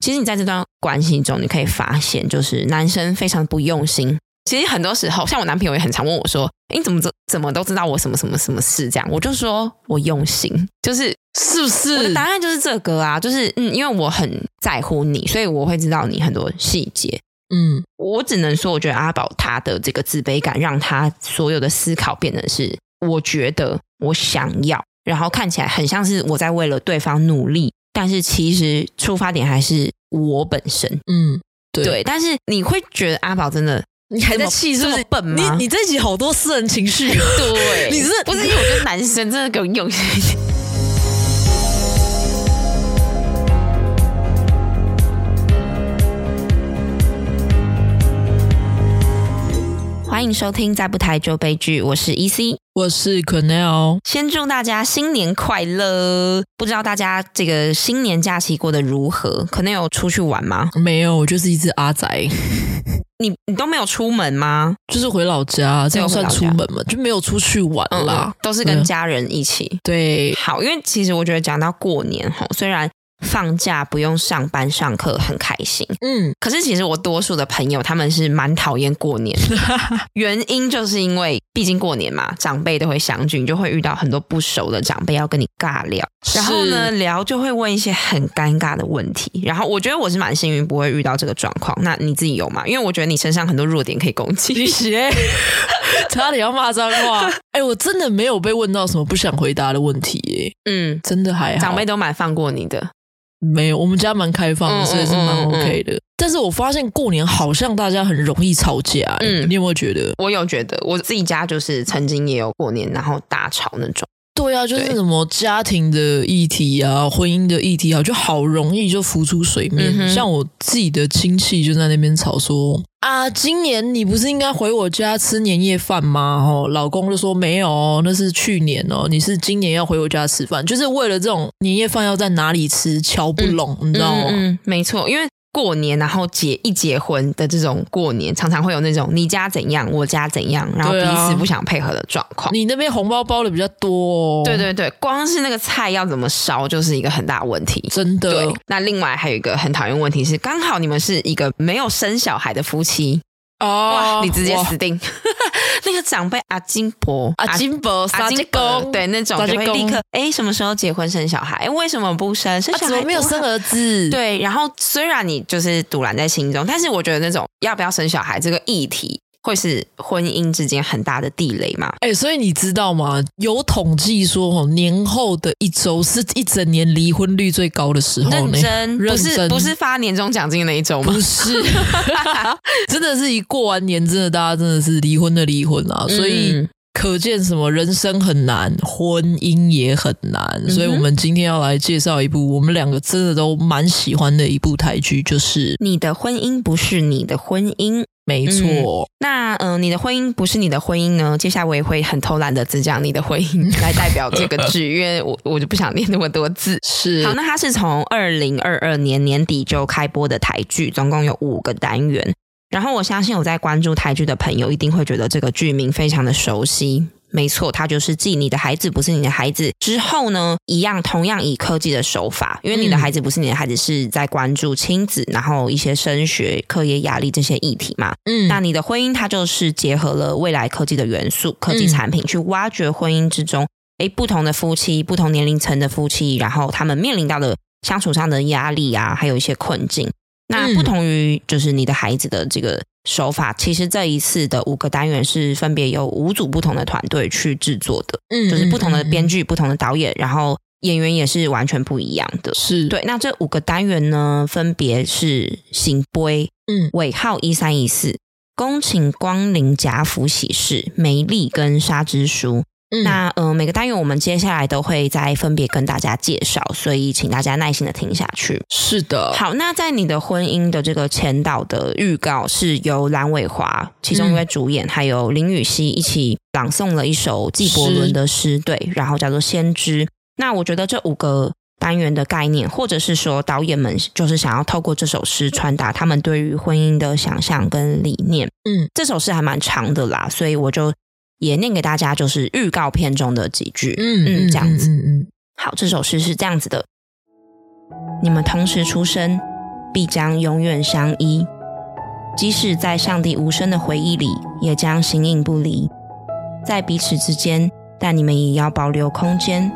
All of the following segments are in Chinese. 其实你在这段关系中，你可以发现，就是男生非常不用心。其实很多时候，像我男朋友也很常问我说：“诶你怎么怎怎么都知道我什么什么什么事？”这样，我就说我用心，就是是不我的是答？案就是这个啊，就是嗯，因为我很在乎你，所以我会知道你很多细节。嗯，我只能说，我觉得阿宝他的这个自卑感，让他所有的思考变得是，我觉得我想要，然后看起来很像是我在为了对方努力，但是其实出发点还是我本身。嗯，对但是你会觉得阿宝真的你还这在么气是不这是么？笨吗？你你这一集好多私人情绪，哦对你是不是？因为我觉得男生真的给我用心一点。欢迎收听《再不抬就悲剧》，我是 E C。我是 Cornell，先祝大家新年快乐！不知道大家这个新年假期过得如何？可能有出去玩吗？没有，我就是一只阿宅，你你都没有出门吗？就是回老家，这样算出门吗？就没有出去玩嗯，啦。都是跟嗯家人一起。对，好，因为其实我觉得讲到过年吼，虽然放假不用上班上课很开心，嗯，可是其实我多数的朋友他们是蛮讨厌过年的，原因就是因为毕竟过年嘛，长辈都会相聚，你就会遇到很多不熟的长辈要跟你尬聊，然后呢聊就会问一些很尴尬的问题，然后我觉得我是蛮幸运不会遇到这个状况，那你自己有吗？因为我觉得你身上很多弱点可以攻击，你写， 差点要骂脏话。哎、我真的没有被问到什么不想回答的问题、耶， 嗯，真的还好。长辈都蛮放过你的，没有，我们家蛮开放嗯的，所以是蛮 OK 的。但是我发现过年好像大家很容易吵架、嗯，嗯你有没有觉得？我有觉得我自己家就是曾经也有过年然后大吵那种。对啊，就是对什么家庭的议题啊、婚姻的议题啊，就好容易就浮出水面。嗯哼像我自己的亲戚就在那边吵说啊，今年你不是应该回我家吃年夜饭吗？哦，老公就说没有哦，那是去年哦，你是今年要回我家吃饭，就是为了这种年夜饭要在哪里吃敲不拢，你知道吗？嗯嗯，没错，因为过年然后结一结婚的这种过年，常常会有那种你家怎样，我家怎样，然后对彼啊此不想配合的状况。你那边红包包的比较多、哦，对，对对，光是那个菜要怎么烧就是一个很大的问题。真的。对，那另外还有一个很讨厌的问题是，刚好你们是一个没有生小孩的夫妻，哇，哦你直接哇死定。 那个长辈阿金婆啊，金箔阿杀金鸡伯公，对那种杀鸡就会立公刻哎，什么时候结婚生小孩？哎，为什么不生？生啊，小怎孩么没有多生好儿子？对，然后虽然你就是堵拦在心中，但是我觉得那种要不要生小孩这个议题，会是婚姻之间很大的地雷嘛。哎、所以你知道吗？有统计说，哦，年后的一周是一整年离婚率最高的时候认呢。真不认是真不是发年终奖金那一周吗不？是， 真的是一过完年，真的大家真的是离婚的离婚啊，所以嗯可见什么人生很难，婚姻也很嗯难。所以我们今天要来介绍一部我们两个真的都蛮喜欢的一部台剧，就是你的婚姻不是你的婚姻。没错，那嗯、呃你的婚姻不是你的婚姻呢？接下来我也会很偷懒的只讲你的婚姻来代表这 个剧，因为我我就不想念那么多字。是好，那它是从二零二二年年底就开播的台剧，总共有五个单元。然后我相信有在关注台剧的朋友，一定会觉得这个剧名非常的熟悉。没错，它就是继《你的孩子不是你的孩子》之后呢，一样同样以科技的手法，因为你的嗯孩子不是你的孩子是在关注亲子，然后一些升学、课业压力这些议题嘛。嗯那你的婚姻它就是结合了未来科技的元素、科技产品，去挖掘婚姻之中，诶，不同的夫妻、不同年龄层的夫妻，然后他们面临到的相处上的压力啊，还有一些困境。那嗯不同于就是你的孩子的这个手法，其实这一次的五个单元是分别由五组不同的团队去制作的，嗯就是不同的编剧剧、不同的导演，然后演员也是完全不一样的。是，对，那这五个单元呢，分别是行杯、嗯尾号一三一四、恭请光临贾府喜事、梅丽跟沙之书。嗯那呃，每个单元我们接下来都会再分别跟大家介绍，所以请大家耐心的听下去。是的，好，那在你的婚姻的这个前导的预告是由蓝伟华其中一位主演，还有林雨熙一起朗诵了一首纪伯伦的诗，对，然后叫做《先知》。那我觉得这五个单元的概念，或者是说导演们就是想要透过这首诗传达他们对于婚姻的想象跟理念。嗯，这首诗还蛮长的啦，所以我就也念给大家，就是预告片中的几句。嗯嗯，这样子。嗯嗯好，这首诗是这样子的：你们同时出生，必将永远相依，即使在上帝无声的回忆里，也将形影不离。在彼此之间，但你们也要保留空间，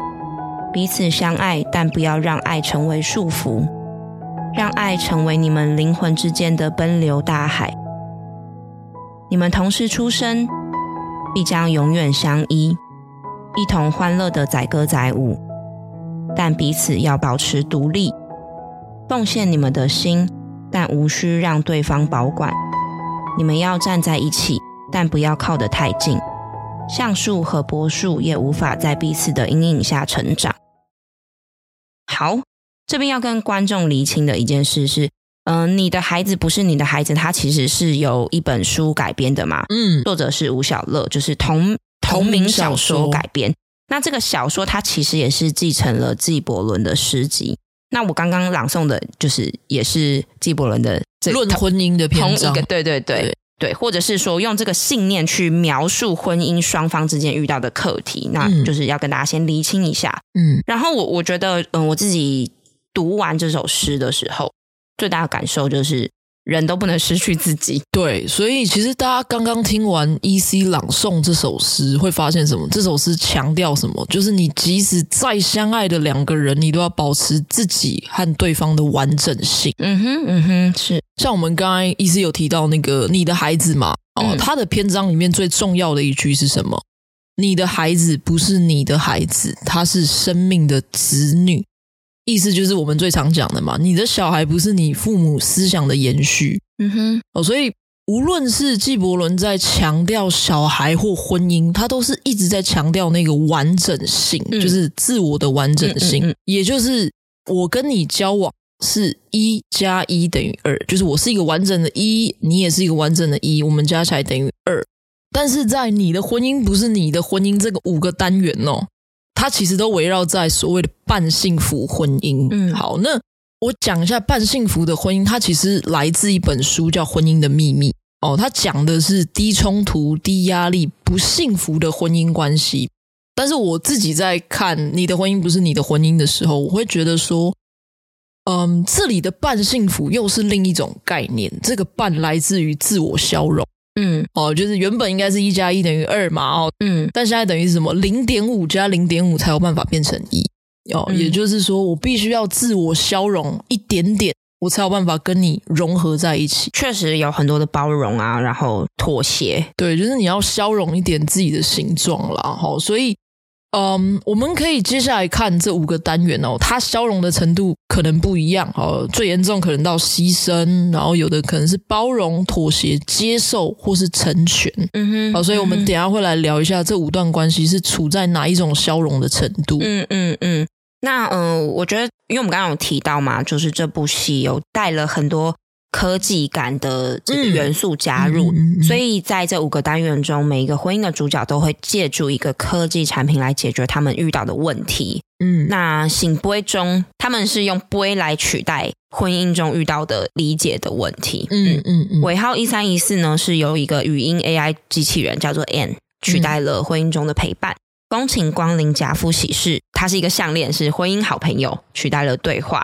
彼此相爱，但不要让爱成为束缚，让爱成为你们灵魂之间的奔流大海。你们同时出生，必将永远相依，一同欢乐的载歌载舞，但彼此要保持独立，奉献你们的心，但无需让对方保管。你们要站在一起，但不要靠得太近，橡树和柏树也无法在彼此的阴影下成长。好，这边要跟观众厘清的一件事是，嗯、你的孩子不是你的孩子，他其实是由一本书改编的嘛，嗯，作者是吴小乐，就是同同名小说改编。那这个小说它其实也是继承了纪伯伦的诗集。那我刚刚朗诵的就是也是纪伯伦的这论同婚姻的同篇一章个，，对对对。对对，或者是说用这个信念去描述婚姻双方之间遇到的课题，那嗯就是要跟大家先厘清一下。嗯然后我我觉得，嗯，我自己读完这首诗的时候，最大的感受就是人都不能失去自己。对，所以其实大家刚刚听完 E.C. 朗诵这首诗，会发现什么？这首诗强调什么？就是你即使再相爱的两个人，你都要保持自己和对方的完整性。嗯哼，嗯哼，是像我们刚才 E.C. 有提到那个你的孩子嘛，哦，嗯他的篇章里面最重要的一句是什么？你的孩子不是你的孩子，他是生命的子女。意思就是我们最常讲的嘛，你的小孩不是你父母思想的延续，嗯哼，哦，所以无论是纪伯伦在强调小孩或婚姻，他都是一直在强调那个完整性，嗯就是自我的完整性，嗯嗯嗯也就是我跟你交往。是一加一等于二，就是我是一个完整的一，你也是一个完整的一，我们加起来等于二。但是在你的婚姻不是你的婚姻这个五个单元哦，它其实都围绕在所谓的半幸福婚姻。嗯好，那我讲一下半幸福的婚姻，它其实来自一本书叫《婚姻的秘密》哦，它讲的是低冲突、低压力、不幸福的婚姻关系。但是我自己在看《你的婚姻不是你的婚姻》的时候，我会觉得说，嗯，这里的半幸福又是另一种概念，这个半来自于自我消融嗯哦，就是原本应该是一加一等于二嘛哦，嗯但现在等于是什么？零点五加零点五才有办法变成一哦，嗯也就是说，我必须要自我消融一点点，我才有办法跟你融合在一起。确实有很多的包容啊，然后妥协。对，就是你要消融一点自己的形状啦，哈、所以。嗯，我们可以接下来看这五个单元哦，它消融的程度可能不一样哦。最严重可能到牺牲，然后有的可能是包容、妥协、接受或是成全。嗯哼好，所以我们等一下会来聊一下这五段关系是处在哪一种消融的程度。嗯嗯嗯。那嗯、呃我觉得，因为我们刚刚有提到嘛，就是这部戏有带了很多科技感的这个嗯元素加入，嗯嗯嗯所以在这五个单元中，每一个婚姻的主角都会借助一个科技产品来解决他们遇到的问题。嗯，那醒杯中，他们是用杯来取代婚姻中遇到的理解的问题。嗯嗯嗯，尾号一三一四呢，是由一个语音 AI 机器人叫做 N 取代了婚姻中的陪伴。恭请光临贾夫喜事，它是一个项链，是婚姻好朋友取代了对话。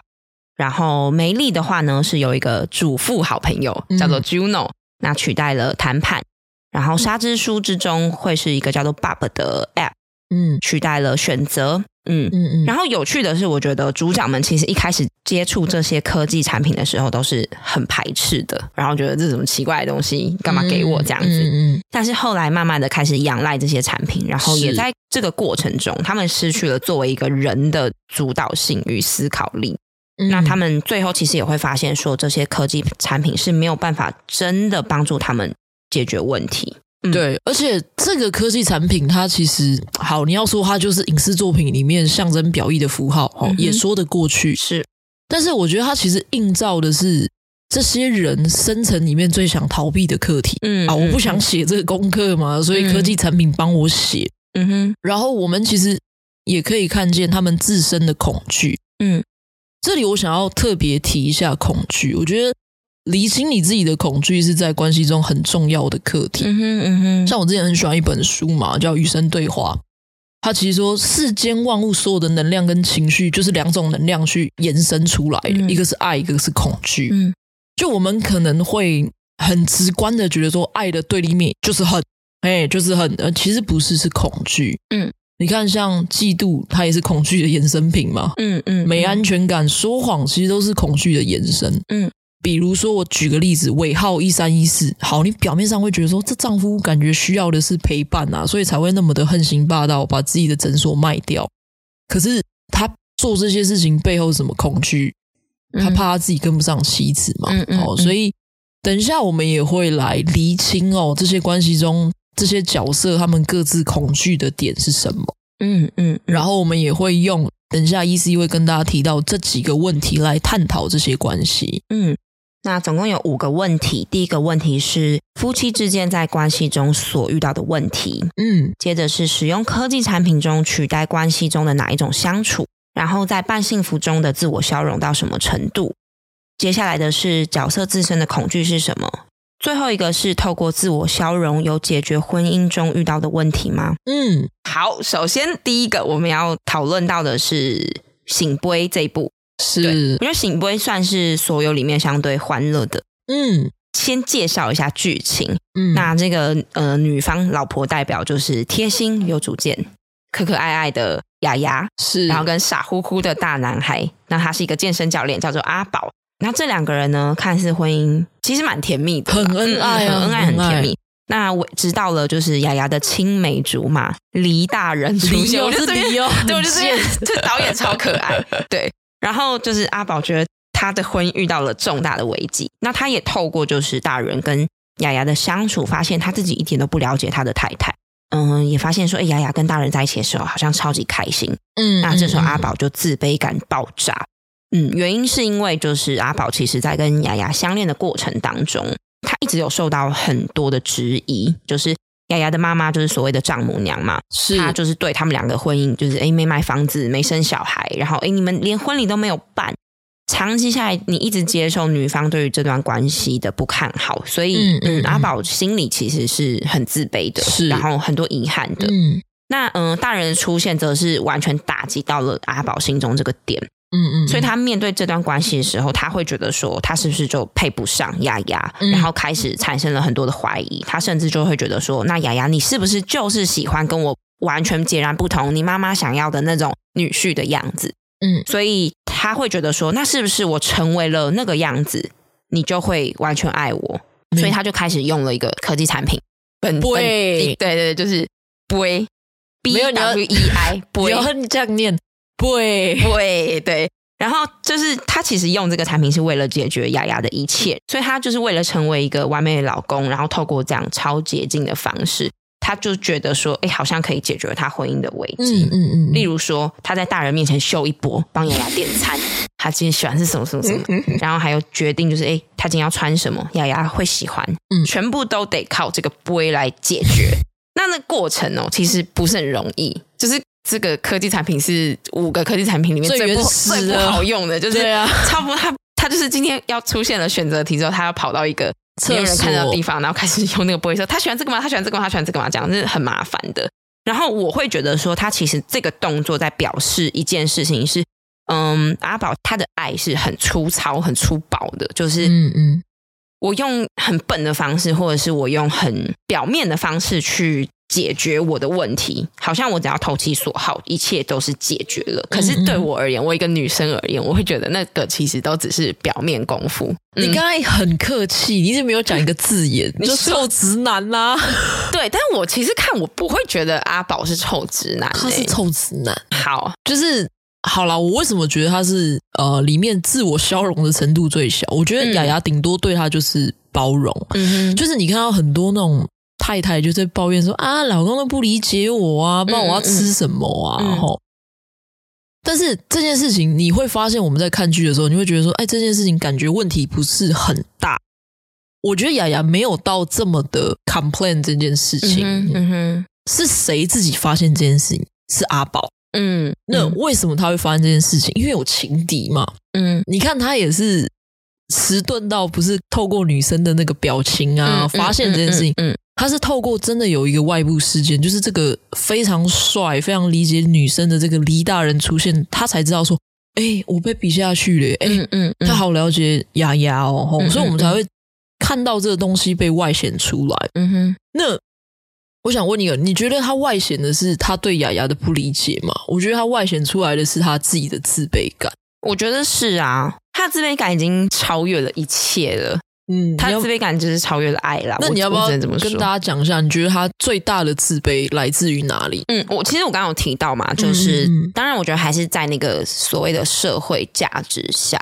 然后梅丽的话呢，是有一个主妇好朋友嗯叫做 Juno，、那取代了谈判。然后沙之书之中会是一个叫做 Bob 的 App 嗯取代了选择，嗯。嗯嗯，然后有趣的是，我觉得主角们其实一开始接触这些科技产品的时候都是很排斥的，然后觉得这是什么奇怪的东西，干嘛给我这样子？嗯嗯但是后来慢慢的开始仰赖这些产品，然后也是在这个过程中，他们失去了作为一个人的主导性与思考力。嗯，那他们最后其实也会发现说，这些科技产品是没有办法真的帮助他们解决问题。嗯对，而且这个科技产品，它其实好，你要说它就是影视作品里面象征表意的符号，哦，嗯哼也说得过去。是，但是我觉得它其实映照的是这些人深层里面最想逃避的课题嗯啊，我不嗯想写这个功课嘛，所以嗯科技产品帮我写。嗯哼，然后我们其实也可以看见他们自身的恐惧，嗯这里我想要特别提一下恐惧，我觉得厘清你自己的恐惧是在关系中很重要的课题。嗯哼嗯哼，像我之前很喜欢一本书嘛，叫《与生对话》，他其实说世间万物所有的能量跟情绪，就是两种能量去延伸出来的，嗯一个是爱，一个是恐惧。嗯就我们可能会很直观的觉得说，爱的对立面就是恨，哎、就是恨，呃，其实不是，是恐惧。嗯，你看，像嫉妒，它也是恐惧的衍生品嘛。嗯嗯，没安全感、说谎，其实都是恐惧的延伸。嗯，比如说我举个例子，尾号一三一四，好，你表面上会觉得说这丈夫感觉需要的是陪伴啊，所以才会那么的横行霸道，把自己的诊所卖掉。可是他做这些事情背后是什么恐惧？嗯他怕他自己跟不上妻子嘛。嗯嗯哦，嗯所以等一下我们也会来厘清哦，这些关系中这些角色他们各自恐惧的点是什么。嗯嗯然后我们也会用等一下医师会跟大家提到这几个问题来探讨这些关系。嗯，那总共有五个问题。第一个问题是夫妻之间在关系中所遇到的问题，嗯接着是使用科技产品中取代关系中的哪一种相处，然后在半幸福中的自我消融到什么程度。接下来的是角色自身的恐惧是什么？最后一个是透过自我消融有解决婚姻中遇到的问题吗？嗯，好，首先第一个我们要讨论到的是醒杯这一步。是我觉得醒杯算是所有里面相对欢乐的。嗯先介绍一下剧情，嗯，那这个呃，女方老婆代表就是贴心有主见、可可爱爱的雅雅，是然后跟傻乎乎的大男孩。那他是一个健身教练，叫做阿宝。那这两个人呢，看似婚姻其实蛮甜蜜的啦，很恩爱啊嗯嗯很恩爱，很很恩爱甜蜜。那我知道了，就是雅雅的青梅竹马黎大人出理现，由我就是这边理由， 对，我就很是贱这导演超可爱。对，然后就是阿宝觉得他的婚姻遇到了重大的危机，那他也透过就是大人跟雅雅的相处，发现他自己一点都不了解他的太太。嗯，也发现说，哎、雅雅跟大人在一起的时候，好像超级开心。嗯，那这时候阿嗯宝就自卑感爆炸。嗯，原因是因为就是阿宝其实在跟雅雅相恋的过程当中，他一直有受到很多的质疑，就是雅雅的妈妈就是所谓的丈母娘嘛，是他就是对他们两个婚姻，就是哎诶没买房子，没生小孩，然后诶你们连婚礼都没有办，长期下来你一直接受女方对于这段关系的不看好，所以嗯嗯嗯嗯阿宝心里其实是很自卑的，是然后很多遗憾的。嗯那嗯、呃大人的出现则是完全打击到了阿宝心中这个点，嗯嗯，所以他面对这段关系的时候，他会觉得说他是不是就配不上雅雅，嗯然后开始产生了很多的怀疑。他甚至就会觉得说，那雅雅你是不是就是喜欢跟我完全截然不同，你妈妈想要的那种女婿的样子？嗯所以他会觉得说，那是不是我成为了那个样子，你就会完全爱我？嗯所以他就开始用了一个科技产品，本本杯对对对，就是杯 B 没有你要 W E I 不 杯要这样念， 对，对对。然后就是他其实用这个产品是为了解决雅雅的一切，所以他就是为了成为一个完美的老公，然后透过这样超捷径的方式，他就觉得说，哎，好像可以解决他婚姻的危机。嗯嗯嗯，例如说，他在大人面前秀一波，帮雅雅点餐，他今天喜欢是什么什么什么，然后还有决定就是，哎、他今天要穿什么，雅雅会喜欢，嗯全部都得靠这个杯来解决。 那那过程哦，其实不是很容易，就是这个科技产品是五个科技产品里面最最不原始的最不好用的，就是对啊，差不多他他就是今天要出现了选择题之后，他要跑到一个厕所没有人看到的地方，然后开始用那个 boy 说他喜欢这个吗？他喜欢这个吗？他喜欢这个吗？这样是很麻烦的。然后我会觉得说，他其实这个动作在表示一件事情是，嗯，阿宝他的爱是很粗糙、很粗暴的，就是嗯嗯我用很笨的方式，或者是我用很表面的方式去解决我的问题，好像我只要投其所好，一切都是解决了。可是嗯嗯对我而言，我一个女生而言，我会觉得那个其实都只是表面功夫。你嗯刚才很客气，你一直没有讲一个字眼， 你就说臭直男啊啦， 对，但我其实看我不会觉得阿宝是臭直男、欸，他是臭直男。好，就是好啦，我为什么觉得他是呃里面自我消融的程度最小？我觉得嗯雅雅顶多对他就是包容，啊嗯哼，就是你看到很多那种太太就在抱怨说啊，老公都不理解我啊，不然我要吃什么啊，嗯嗯嗯嗯吼。但是这件事情，你会发现我们在看剧的时候，你会觉得说，哎，这件事情感觉问题不是很大。我觉得雅雅没有到这么的 complain 这件事情，嗯哼嗯哼，是谁自己发现这件事情？是阿宝。嗯，那嗯为什么他会发生这件事情？因为有情敌嘛。嗯你看他也是迟钝到不是透过女生的那个表情啊，嗯发现这件事情。嗯他是透过真的有一个外部事件，就是这个非常帅、非常理解女生的这个黎大人出现，他才知道说，哎、我被比下去了、哎、嗯嗯嗯，他好了解雅雅哦，吼嗯嗯所以我们才会看到这个东西被外显出来。嗯哼，那我想问你一哦个，你觉得他外显的是他对雅雅的不理解吗？我觉得他外显出来的是他自己的自卑感。我觉得是啊，他的自卑感已经超越了一切了，嗯他的你要自卑感就是超越了爱啦。那我你要不要我只能这么跟说大家讲一下？你觉得他最大的自卑来自于哪里？嗯，我其实我刚刚有提到嘛，就是、嗯嗯嗯当然，我觉得还是在那个所谓的社会价值下，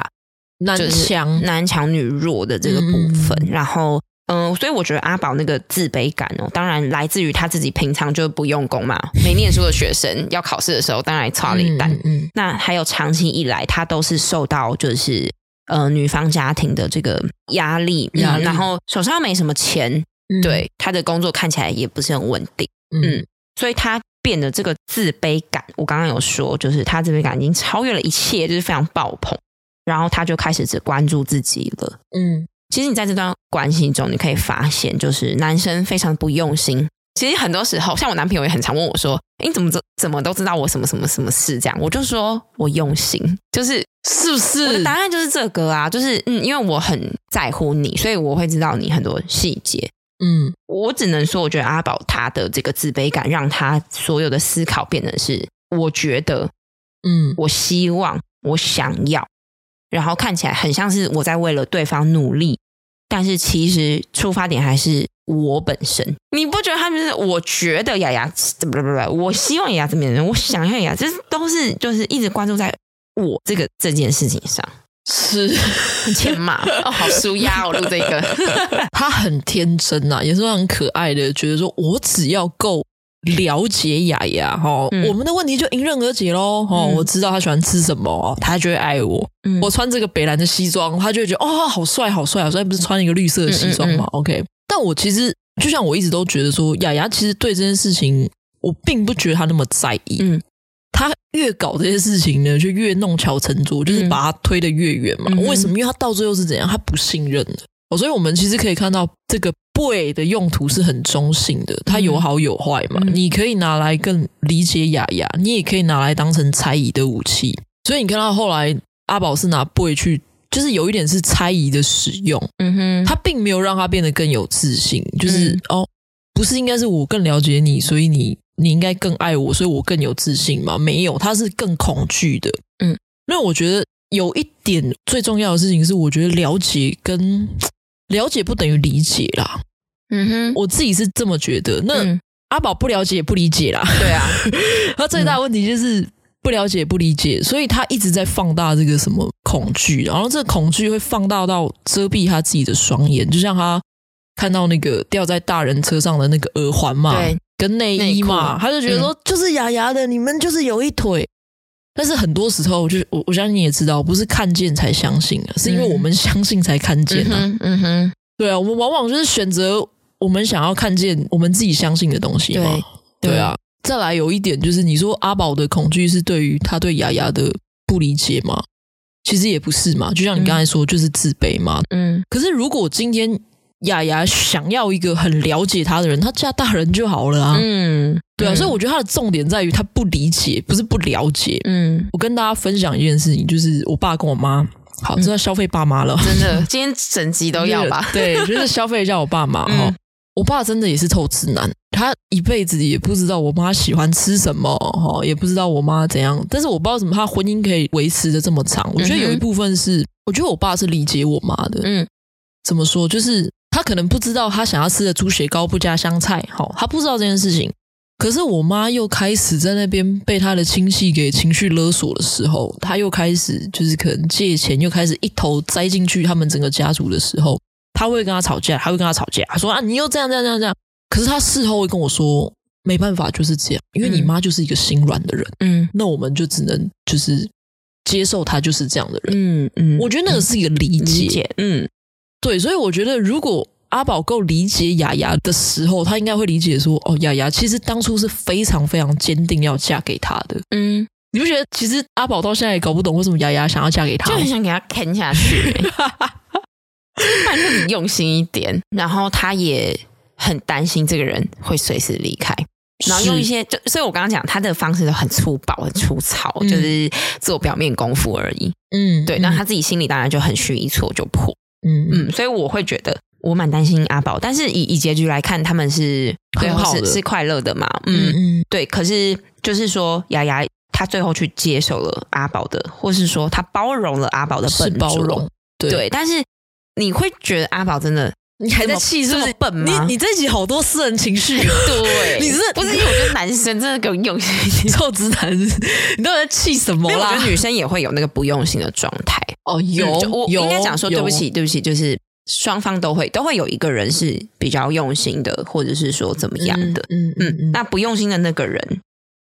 男强，男强女弱的这个部分。嗯然后，嗯、所以我觉得阿宝那个自卑感哦，当然来自于他自己平常就不用功 嘛，没念书的学生要考试的时候，当然差了一蛋。嗯嗯那还有长期以来，他都是受到就是呃女方家庭的这个压力，压嗯力然后手上没什么钱，嗯，对他的工作看起来也不是很稳定。嗯嗯，所以他变得这个自卑感，我刚刚有说，就是他自卑感已经超越了一切，就是非常爆棚。然后他就开始只关注自己了。嗯其实你在这段关系中，你可以发现，就是男生非常不用心。其实很多时候，像我男朋友也很常问我说：“诶你怎么怎怎么都知道我什么什么什么事？”这样，我就说我用心，就是是不我的嗯是答？案就是这个啊，就是嗯，因为我很在乎你，所以我会知道你很多细节。嗯我只能说，我觉得阿宝他的这个自卑感，让他所有的思考变成是，我觉得，嗯我希望，我想要，然后看起来很像是我在为了对方努力，但是其实出发点还是我本身。你不觉得他们是？我觉得雅呃雅怎么怎么，我希望雅雅怎么样，我想要雅雅，这都是就是一直关注在我这个这件事情上，是，很欠骂 哦，好舒压哦，录这个，他很天真呐、也是很可爱的，觉得说我只要够。了解雅雅哈，嗯我们的问题就迎刃而解喽。哦，嗯我知道他喜欢吃什么，哦他就会爱我。嗯我穿这个北蓝的西装，他就会觉得哦，好帅，好帅，好帅！不是穿一个绿色的西装吗、o 嗯 k 但我其实就像我一直都觉得说，雅雅其实对这件事情，我并不觉得她那么在意。嗯，她越搞这些事情呢，就越弄巧成拙，就是嗯把她推得越远嘛。嗯哼为什么？因为她到最后是怎样？她不信任的。哦，所以我们其实可以看到这个“对”的用途是很中性的，它有好有坏嘛。嗯你可以拿来更理解雅雅，你也可以拿来当成猜疑的武器。所以你看到后来阿宝是拿 “boy” 去，就是有一点是猜疑的使用， 嗯哼，他并没有让他变得更有自信，就是、嗯哦，不是应该是我更了解你，所以你你应该更爱我，所以我更有自信吗？没有，他是更恐惧的。嗯，那我觉得有一点最重要的事情是，我觉得了解跟了解不等于理解啦，嗯哼，我自己是这么觉得。那、嗯阿宝不了解也不理解啦，对啊。 他最大的问题就是不了解、不理解，所以他一直在放大这个什么恐惧，然后这个恐惧会放大到遮蔽他自己的双眼，就像他看到那个掉在大人车上的那个耳环嘛，对，跟内衣内嘛，裤嗯他就觉得说、就是雅雅的，你们就是有一腿。但是很多时候，就是我我相信你也知道，不是看见才相信啊，是因为嗯我们相信才看见啊。嗯哼，嗯哼，对啊，我们往往就是选择我们想要看见我们自己相信的东西嘛。对对啊，再来有一点就是，你说阿宝的恐惧是对于他对雅雅的不理解吗？其实也不是嘛，就像你刚才说，就是自卑嘛。嗯可是如果今天雅雅想要一个很了解她的人，她嫁大人就好了啊。嗯，对啊，所以我我觉得她的重点在于她不理解，不是不了解。嗯，我跟大家分享一件事情，就是我爸跟我妈，嗯好，这要消费爸妈了。真的，今天整集都要吧？ 对，就是消费一下我爸妈哈、 嗯我爸真的也是透支男，他一辈子也不知道我妈喜欢吃什么哈，也不知道我妈怎样。但是我不知道怎么他婚姻可以维持的这么长。我觉得有一嗯哼部分是，我觉得我爸是理解我妈的。嗯怎么说？就是他可能不知道他想要吃的猪血糕不加香菜，好，他不知道这件事情。可是我妈又开始在那边被她的亲戚给情绪勒索的时候，她又开始就是可能借钱，又开始一头栽进去他们整个家族的时候，她会跟他吵架，她会跟他吵架，她说啊你又这样这样这样这样。可是她事后会跟我说，没办法就是这样，因为你嗯妈就是一个心软的人，嗯那我们就只能就是接受她就是这样的人。嗯嗯，我觉得那个是一个理解，理解，嗯对，所以我觉得如果阿宝够理解雅雅的时候，他应该会理解说，哦，雅雅其实当初是非常非常坚定要嫁给他的。嗯，你不觉得其实阿宝到现在也搞不懂为什么雅雅想要嫁给他就吗？很想给他啃 下去、欸。拜托你用心一点，然后他也很担心这个人会随时离开。然后用一些，就所以我刚刚讲他的方式都很粗暴、很粗糙，嗯就是做表面功夫而已。嗯，对，那他自己心里当然就很虚，一错就破。嗯嗯嗯，所以我会觉得我蛮担心阿宝，但是以以结局来看，他们是最很好后的是是快乐的嘛？嗯，嗯嗯对。可是就是说，雅雅她最后去接受了阿宝的，或是说她包容了阿宝的是笨包拙容，对对。但是你会觉得阿宝真的你还这在么气是这不是么？笨吗？你你这集好多私人情绪，啊对，你是 不是因为我觉得男生真的更用心一点？臭 直男，你到底在气什么因为我觉得？啦女生也会有那个不用心的状态。哦，嗯就我有应该讲说有对不起，对不起，就是双方都会都会有一个人是比较用心的，或者是说怎么样的。，嗯嗯，那不用心的那个人，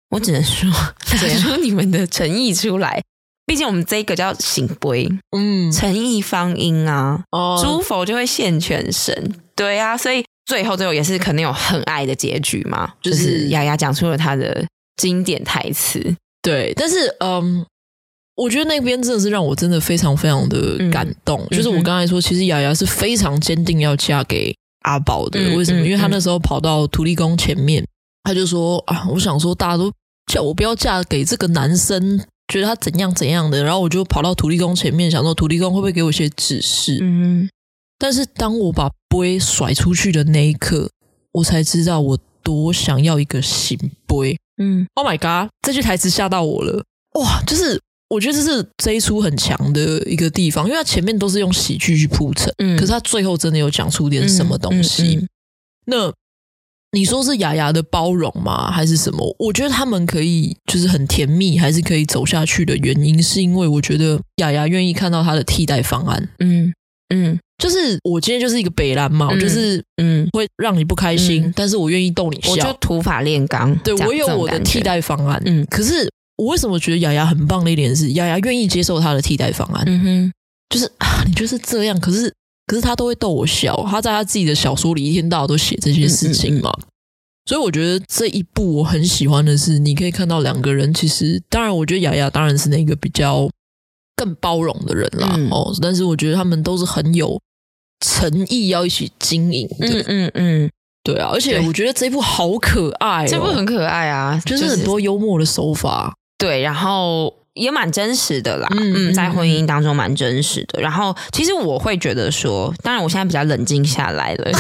我只能说拿怎样出你们的诚意出来。毕竟我们这一个叫醒杯，嗯诚意方音啊，哦诸佛就会现全身。对啊，所以最后最后也是可能有很爱的结局嘛，就就是是雅雅讲出了她的经典台词。对，但是嗯，我觉得那边真的是让我真的非常非常的嗯感动。就是我嗯哼刚才说，其实雅雅是非常坚定要嫁给阿宝的，嗯为什么？嗯因为她嗯那时候跑到土地公前面，她就说啊，我想说大家都叫我不要嫁给这个男生。觉得他怎样怎样的，然后我就跑到土地公前面，想说土地公会不会给我一些指示？嗯，但是当我把杯甩出去的那一刻，我才知道我多想要一个醒杯。嗯 Oh my god！这句台词吓到我了。哇，就是我觉得这是这一出很强的一个地方，因为它前面都是用喜剧去铺陈，嗯可是它最后真的有讲出点什么东嗯西。嗯嗯那你说是雅雅的包容吗？还是什么？我觉得他们可以就是很甜蜜，还是可以走下去的原因，是因为我觉得雅雅愿意看到她的替代方案。嗯嗯就是我今天就是一个北兰嘛，我嗯就是嗯，会让你不开心，嗯但是我愿意逗你我就笑。土法炼钢，对这样我有我的替，代方案，这种感觉嗯可是我为什么觉得雅雅很棒的一点是，雅雅愿意接受她的替代方案，嗯哼，就是啊，你就是这样，可是可是她都会逗我笑，她在她自己的小说里一天到晚都写这些事情嗯嘛。所以我觉得这一部我很喜欢的是，你可以看到两个人其实，当然我觉得雅雅当然是那个比较更包容的人啦，嗯哦，但是我觉得他们都是很有诚意要一起经营的，嗯嗯嗯，对啊，而且对我觉得这一部好可爱、哦，这部很可爱啊，就是很多幽默的手法，对，然后也蛮真实的啦，嗯嗯，嗯在婚姻当中蛮真实的。然后其实我会觉得说，当然我现在比较冷静下来了，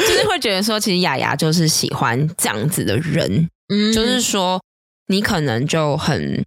就是会觉得说，其实雅雅就是喜欢这样子的人，嗯就是说你可能就很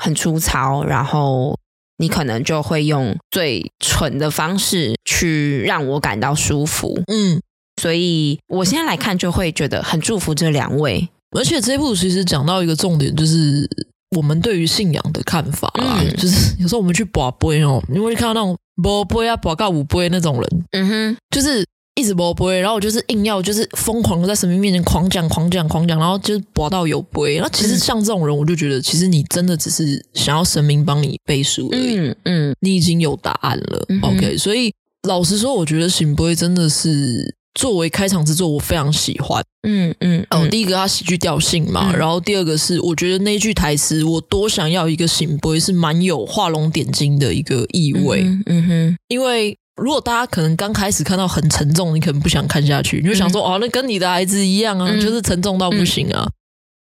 很粗糙，然后。你可能就会用最蠢的方式去让我感到舒服，嗯，所以我现在来看就会觉得很祝福这两位。而且这一部其实讲到一个重点，就是我们对于信仰的看法啦，嗯就是有时候我们去拔杯哦，你会看到那种拔杯啊、拔到五杯那种人，嗯哼，就是一直拔杯，然后我就是硬要就是疯狂的在神明面前狂讲、狂讲、狂讲，然后就是拔到有杯。那其实嗯像这种人，我就觉得其实你真的只是想要神明帮你背书而已，嗯嗯你已经有答案了。嗯哼 OK，所以老实说，我觉得醒杯真的是作为开场之作，我非常喜欢。嗯嗯，哦，嗯第一个它喜剧调性嘛，嗯然后第二个是我觉得那句台词“我多想要一个醒杯”是蛮有画龙点睛的一个意味，嗯哼嗯哼，因为。如果大家可能刚开始看到很沉重，你可能不想看下去，你就想说、哦，那跟你的孩子一样啊，嗯就是沉重到不行啊。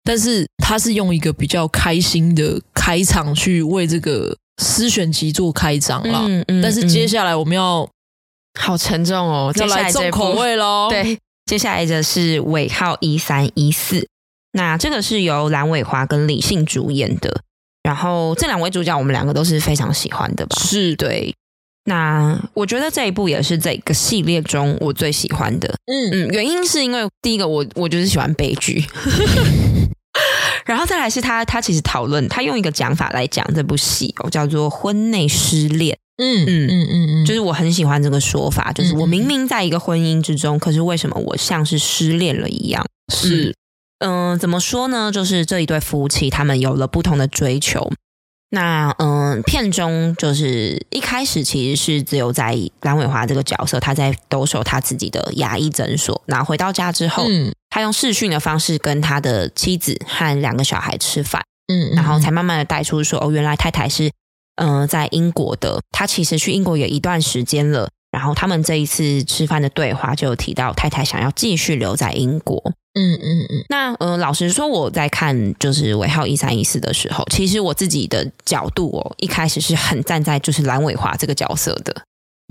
但是他是用一个比较开心的开场去为这个诗选集做开场啦。嗯嗯但是接下来我们要、好沉重哦，要接下来这重一口部。味哦喽。，对，接下来的是尾号一三一四，那这个是由蓝伟华跟李信主演的，然后这两位主角我们两个都是非常喜欢的吧？是，对。那我觉得这一部也是这个系列中我最喜欢的，嗯嗯，原因是因为第一个我我就是喜欢悲 剧，然后再来是他他其实讨论他用一个讲法来讲这部戏哦，叫做婚内失恋。嗯嗯嗯嗯嗯，就是我很喜欢这个说法，就是我明明在一个婚姻之中，可是为什么我像是失恋了一样？是嗯、怎么说呢？就是这一对夫妻，他们有了不同的追求。那嗯、片中就是一开始其实是只有在蓝伟华这个角色，他在兜售他自己的牙医诊所。那回到家之后，嗯他用视讯的方式跟他的妻子和两个小孩吃饭。嗯，然后才慢慢的带出说，哦，原来太太是嗯、呃在英国的，她其实去英国也一段时间了，然然后他们这一次吃饭的对话就有提到太太想要继续留在英国。嗯嗯嗯，那呃，老实说，我在看就是尾号一三一四的时候，其实我自己的角度哦，一开始是很站在就是蓝伟华这个角色的。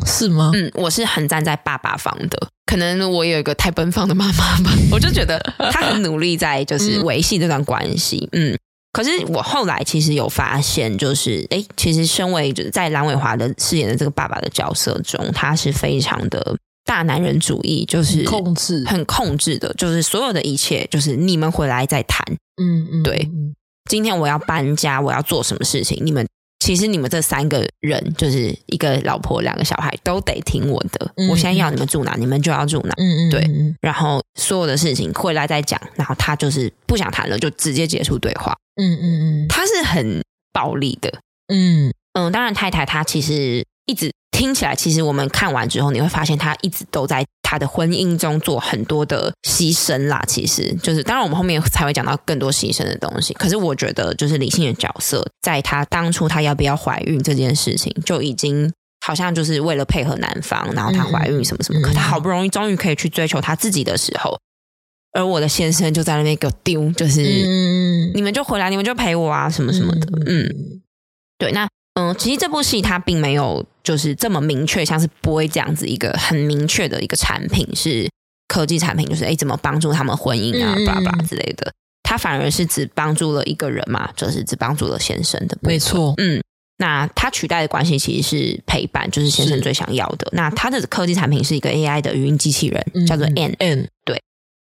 是吗？嗯，我是很站在爸爸方的，可能我有一个太奔放的妈妈吧，嗯我就觉得他很努力在就是维系这段关系。嗯，可是我后来其实有发现，就是诶，其实身为就是在蓝伟华的饰演的这个爸爸的角色中，他是非常的大男人主义，就是控制，很控制的，就是所有的一切就是你们回来再谈。嗯嗯，对嗯今天我要搬家，我要做什么事情，你们。其实你们这三个人，就是一个老婆、两个小孩，都得听我的。嗯我现在要你们住哪，你们就要住哪。嗯嗯，对嗯然后所有的事情回来再讲。然后他就是不想谈了，就直接结束对话。嗯嗯嗯他是很暴力的。嗯，嗯，当然太太她其实一直听起来，其实我们看完之后，你会发现她一直都在她的婚姻中做很多的牺牲啦。其实就是，当然我们后面才会讲到更多牺牲的东西。可是我觉得，就是理性的角色，在她当初她要不要怀孕这件事情，就已经。好像就是为了配合男方，然后她怀孕什么什么，嗯嗯可她好不容易终于可以去追求她自己的时候，而我的先生就在那边给我丢，就是、嗯嗯你们就回来，你们就陪我啊，什么什么的，嗯对，那嗯，其实这部戏它并没有就是这么明确，像是不会这样子一个很明确的一个产品是科技产品，就是哎怎么帮助他们婚姻啊嗯嗯嗯，巴拉巴拉之类的。它反而是只帮助了一个人嘛，就是只帮助了先生的部分没错，嗯，那它取代的关系其实是陪伴，就是先生是最想要的。那它的科技产品是一个 AI 的语音机器人，嗯叫做 N。嗯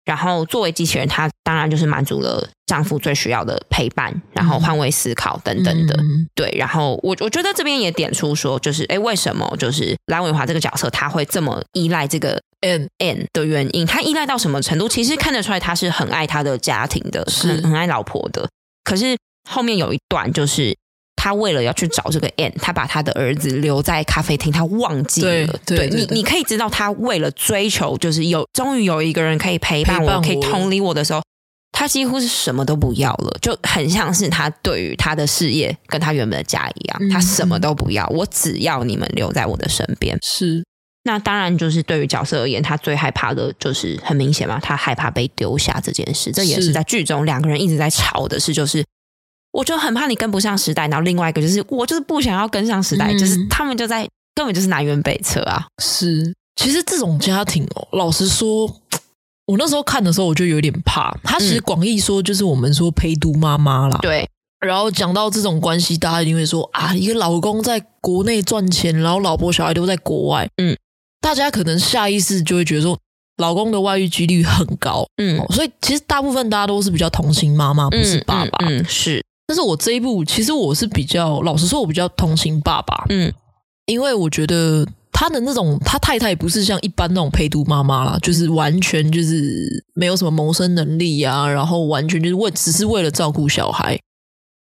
然后作为机器人，它当然就是满足了丈夫最需要的陪伴，然后换位思考等等的。嗯对，然后我我觉得这边也点出说，就是哎，诶为什么就是蓝伟华这个角色他会这么依赖这个嗯 N 的原因？他依赖到什么程度？其实看得出来，他是很爱他的家庭的，是很很爱老婆的。可是后面有一段，就是他为了要去找这个 N，他把他的儿子留在咖啡厅，他忘记对了。对对你对你可以知道，他为了追求，就是有终于有一个人可以陪伴陪伴我，可以我同理我的时候，他几乎是什么都不要了，就很像是他对于他的事业跟他原本的家一样，嗯他什么都不要，我只要你们留在我的身边。是那当然，就是对于角色而言，他最害怕的就是很明显嘛，他害怕被丢下这件事。这也是是在剧中两个人一直在吵的事，就是我就很怕你跟不上时代，然后另外一个就是我就是不想要跟上时代，嗯就是他们就在根本就是南辕北辙啊。是，其实这种家庭哦，老实说，我那时候看的时候我就有点怕。他其实嗯广义说就是我们说陪读妈妈啦，对，然后讲到这种关系，大家一定会说啊，一个老公在国内赚钱，然后老婆小孩都在国外，嗯，大家可能下意识就会觉得说，老公的外遇几率很高、嗯哦，所以其实大部分大家都是比较同情妈妈，不是爸爸。嗯嗯嗯是，但是我这一部其实我是比较，老实说，我比较同情爸爸，嗯因为我觉得他的那种他太太不是像一般那种陪读妈妈啦，就是完全就是没有什么谋生能力啊，然后完全就是为只是为了照顾小孩。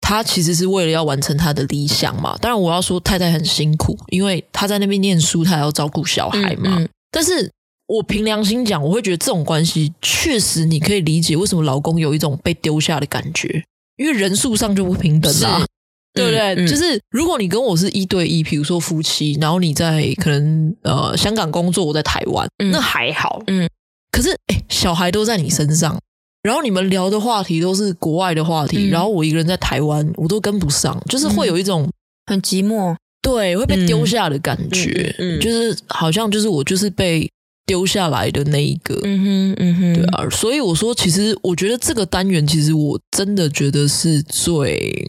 他其实是为了要完成他的理想嘛。当然，我要说太太很辛苦，因为他在那边念书，他还要照顾小孩嘛。嗯嗯但是我凭良心讲，我会觉得这种关系确实你可以理解为什么老公有一种被丢下的感觉，因为人数上就不平等啦、是对不对？嗯嗯就是如果你跟我是一对一，比如说夫妻，然后你在可能呃香港工作，我在台湾，嗯那还好。嗯，可是哎，小孩都在你身上，然后你们聊的话题都是国外的话题，嗯然后我一个人在台湾，我都跟不上，就是会有一种、很寂寞，对会被丢下的感觉，嗯嗯嗯嗯就是好像就是我就是被丢下来的那一个。嗯哼嗯哼，对啊，所以我说，其实我觉得这个单元，其实我真的觉得是最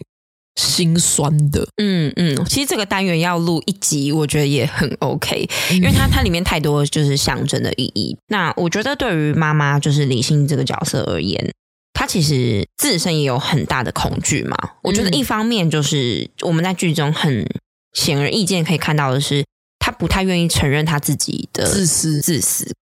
心酸的，嗯嗯，其实这个单元要录一集，我觉得也很 OK，因为嗯它它里面太多就是象征的意义。那我觉得对于妈妈就是理性这个角色而言，她其实自身也有很大的恐惧嘛。我觉得嗯一方面就是我们在剧中很显而易见可以看到的是，她不太愿意承认她自己的自嗯私。自私，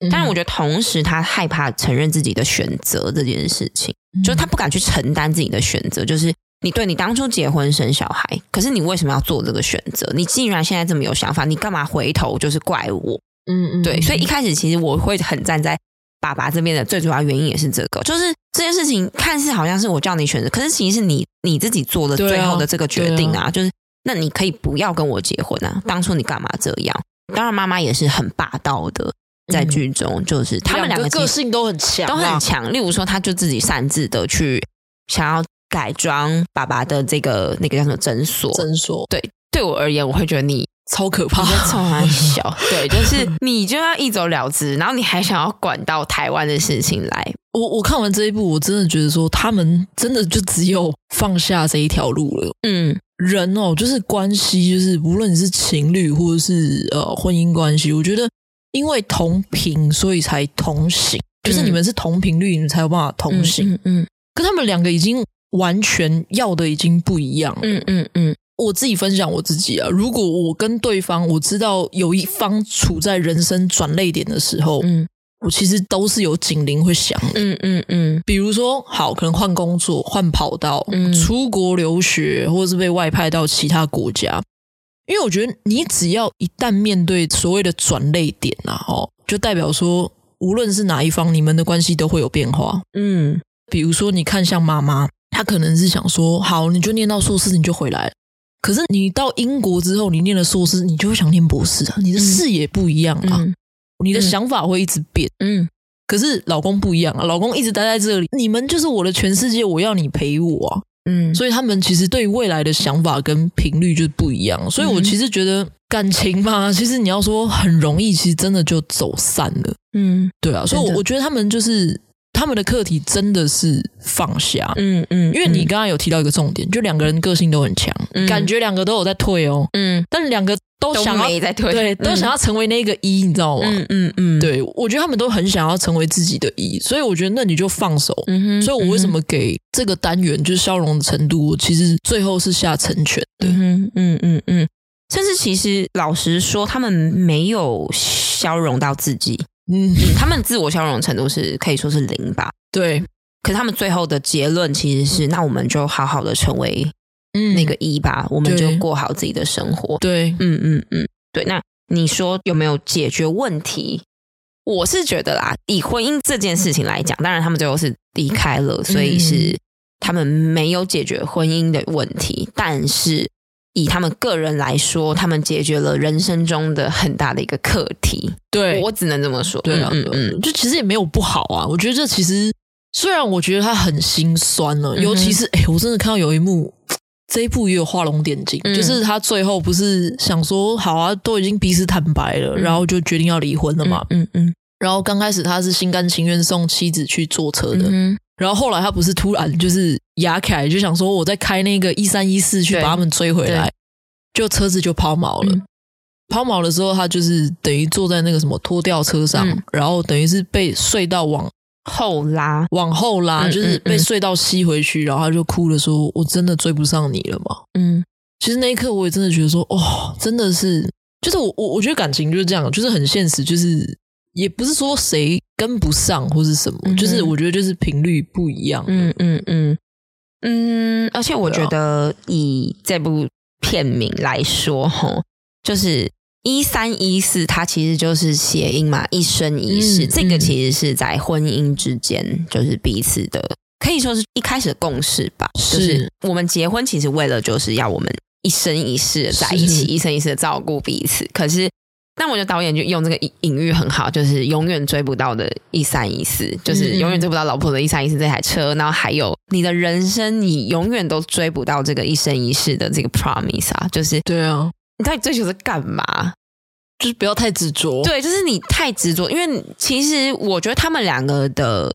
但但是是我我觉得同时她害怕承认自己的选择这件事情。就就是是他他不敢去承担自己的选择，就是你对你当初结婚生小孩，可是你为什么要做这个选择？你既然现在这么有想法，你干嘛回头就是怪我？嗯嗯对，对，所所以以一一开始其实我会很站在爸爸这边的，最主要原因也是这个，就是这件事情看似好像是我叫你选择，可是其实是你你自己做的对啊最后的这个决定啊，就是那你可以不要跟我结婚啊，当初你干嘛这样？当然妈妈也是很霸道的，在剧中就是他们两个个嗯个其实性都很强啊，都很强。例如说，他就自己擅自的去想要改装爸爸的这个那个叫什么诊所。真说对我而言，我会觉得你超可怕你。在 冲他笑，对，就是你就要一走了之，然后你还想要管到台湾的事情来，我我看完这一部，我真的觉得说他们真的就只有放下这一条路了。嗯，人哦，就是关系，就是无论你是情侣或者是呃婚姻关系，我觉得因为同频，所以才同行，就是你们是同频率，你们才有办法同行。嗯嗯可他们两个已经完全要的已经不一样了。嗯嗯嗯我自己分享我自己啊，如果我跟对方，我知道有一方处在人生转泪点的时候，嗯我其实都是有警铃会响的。嗯嗯嗯比如说，好，可能换工作、换跑道、嗯出国留学，或者是被外派到其他国家。因为我觉得，你只要一旦面对所谓的转泪点啊，哦，就代表说，无论是哪一方，你们的关系都会有变化。嗯比如说，你看像妈妈，她可能是想说，好，你就念到硕士，你就回来了。可是你到英国之后，你念了硕士，你就会想念博士啊，你的视野不一样啊，嗯你的嗯想法会一直变。嗯可是老公不一样啊，老公一直待在这里，你们就是我的全世界，我要你陪我啊。嗯，所以他们其实对未来的想法跟频率就是不一样。啊所以我嗯其实觉得感情嘛，其实你要说很容易，其实真的就走散了。嗯对啊，所以真我的我觉得他们就是他们的课题真的是放下。嗯嗯，因为你刚刚有提到一个重点，就两个人个性都很强，嗯感觉两个都有在退哦，嗯但两个都都想要没在退，对，都想要成为那个一，你知道吗？嗯嗯嗯，，对，我觉得他们都很想要成为自己的一，所以我觉得那你就放手。嗯哼，所以我为什么给这个单元就是消融的程度，我其实最后是下成全的。嗯哼嗯嗯嗯，甚至其实老实说，他们没有消融到自己，嗯，他们自我消融程度是可以说是零吧。对，可是他们最后的结论其实是，那我们就好好的成为嗯那个一吧，我们对就过好自己的生活。对，嗯嗯嗯，对。那你说有没有解决问题？我是觉得啦，以婚姻这件事情来讲，当然他们最后是离开了，所嗯以是他们没有解决婚姻的问题，但是以他们个人来说，他们解决了人生中的很大的一个课题。对，我只能这么说。对啊，嗯嗯嗯，就其实也没有不好啊。我觉得这其实虽然我觉得他很心酸了，嗯哼尤其是哎、我真的看到有一幕。这一部也有画龙点睛，嗯就是他最后不是想说好啊，都已经彼此坦白了，嗯然后就决定要离婚了嗯，嘛。嗯嗯然后刚开始他是心甘情愿送妻子去坐车的，嗯然后后来他不是突然就是牙起来，就想说我在开那个一三一四去对把他们追回来对，就车子就抛锚了。嗯抛锚了之后，他就是等于坐在那个什么拖吊车上，嗯然后等于是被隧道往后拉，往后拉，嗯就是被隧道吸回去，然后他就哭了说，我真的追不上你了嘛。嗯其实那一刻我也真的觉得说，哦，真的是，就是我我我觉得感情就是这样，就是很现实，就是也不是说谁跟不上或是什么，嗯哼就是我觉得就是频率不一样。嗯嗯嗯嗯，而且我对啊觉得以这部片名来说，吼，就是一三一四，它其实就是谐音嘛，一生一世。嗯这个嗯其实是在婚姻之间，就是彼此的，可以说是一开始的共识吧。就是是我们结婚，其实为了就是要我们一生一世地在一是起，一生一世的照顾彼此。可是但我觉得导演就用这个隐隐喻很好，就是永远追不到的一三一四，就是嗯永远追不到老婆的一三一四这台车，然后还有你的人生，你永远都追不到这个一生一世的这个 promise 啊，就是对啊，你到底追求是干嘛？就是不要太执着。对，就是你太执着，因为其实我觉得他们两个的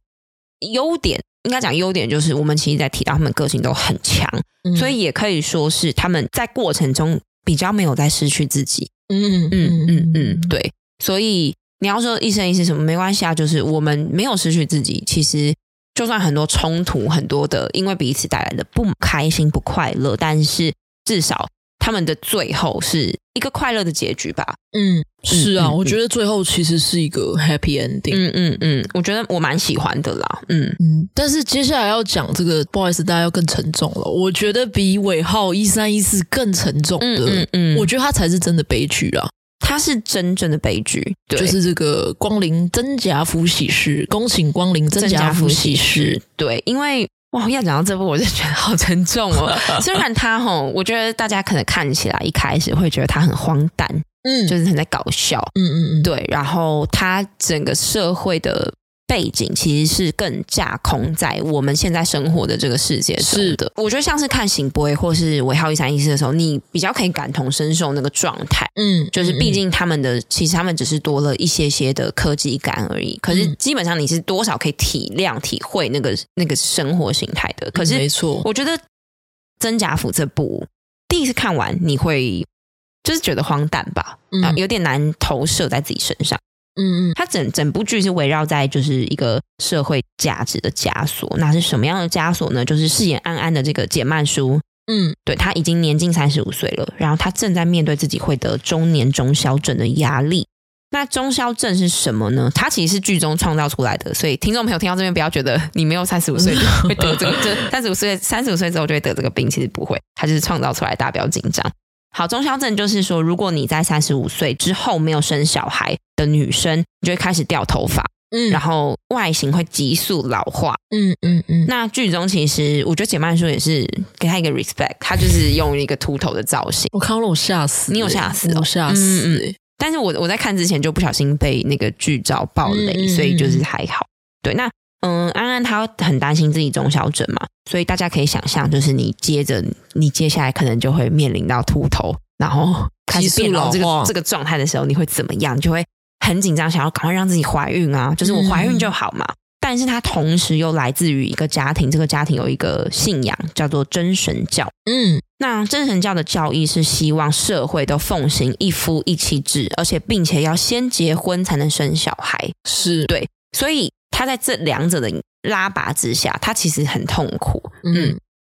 优点，应该讲优点就是我们其实在提到他们个性都很强，嗯，所以也可以说是他们在过程中比较没有在失去自己，嗯嗯嗯嗯，，对。所以你要说一生一世什么没关系啊，就是我们没有失去自己。其实就算很多冲突，很多的因为彼此带来的不开心、不快乐，但是至少他们的最后是一个快乐的结局吧。嗯，是嗯啊，嗯我觉得最后其实是一个 happy ending。嗯嗯嗯，我觉得我蛮喜欢的啦。嗯嗯，但是接下来要讲这个，不好意思，大家要更沉重了。我觉得比尾号一三一四更沉重的，嗯嗯嗯，我我觉得他才是真的悲剧啦。它是真正的悲剧，对，就是这个光临真假福喜事，恭请光临真假福喜事。对，因为哇，要讲到这部，我就觉得好沉重哦。虽然它吼，我觉得大家可能看起来一开始会觉得它很荒诞，嗯就是很在搞笑。嗯嗯嗯，对，然后它整个社会的背景其实是更架空在我们现在生活的这个世界上是的。我觉得像是看《醒波》或是《尾号一三一四》的时候，你比较可以感同身受那个状态。嗯，就是嗯毕竟他们的，其实他们只是多了一些些的科技感而已。可是嗯基本上你是多少可以体谅、体会那个那个生活形态的。可嗯是没错，我觉得《真假府》这部第一次看完，你会就是觉得荒诞吧，嗯啊，有点难投射在自己身上。嗯嗯它整整部剧是围绕在就是一个社会价值的枷锁，那是什么样的枷锁呢？就是饰演安安的这个简曼书，嗯对他已经年近三十五岁了，然后他正在面对自己会得中年中消症的压力。那中消症是什么呢？它其实是剧中创造出来的，所以听众朋友听到这边不要觉得你没有三十五岁就会得这个症，三十五岁三十五岁之后就会得这个病，其实不会，它就是创造出来的，大家不要紧张。好，中消症就是说，如果你在三十五岁之后没有生小孩的女生，你就会开始掉头发，嗯，然后后外形会急速老化，嗯嗯嗯，那剧中其实我觉得简曼书也是给他一个 respect，他就是用一个秃头的造型。我看到了我吓死欸，你有吓死哦我吓死嗯嗯欸，但是我我在看之前就不小心被那个剧照爆雷，嗯嗯所以就是还好。对，那嗯，安安她很担心自己中小症嘛，所以大家可以想象，就是你接着你接下来可能就会面临到秃头，然后开始变老这急速老个化这个状态的时候，你会怎么样？你就会很紧张，想要赶快让自己怀孕啊，就是嗯我怀孕就好嘛。但是她同时又来自于一个家庭，这个家庭有一个信仰叫做真神教。嗯那真神教的教义是希望社会都奉行一夫一妻制，而且并且要先结婚才能生小孩。是，对，所以他在这两者的拉拔之下，他其实很痛苦。嗯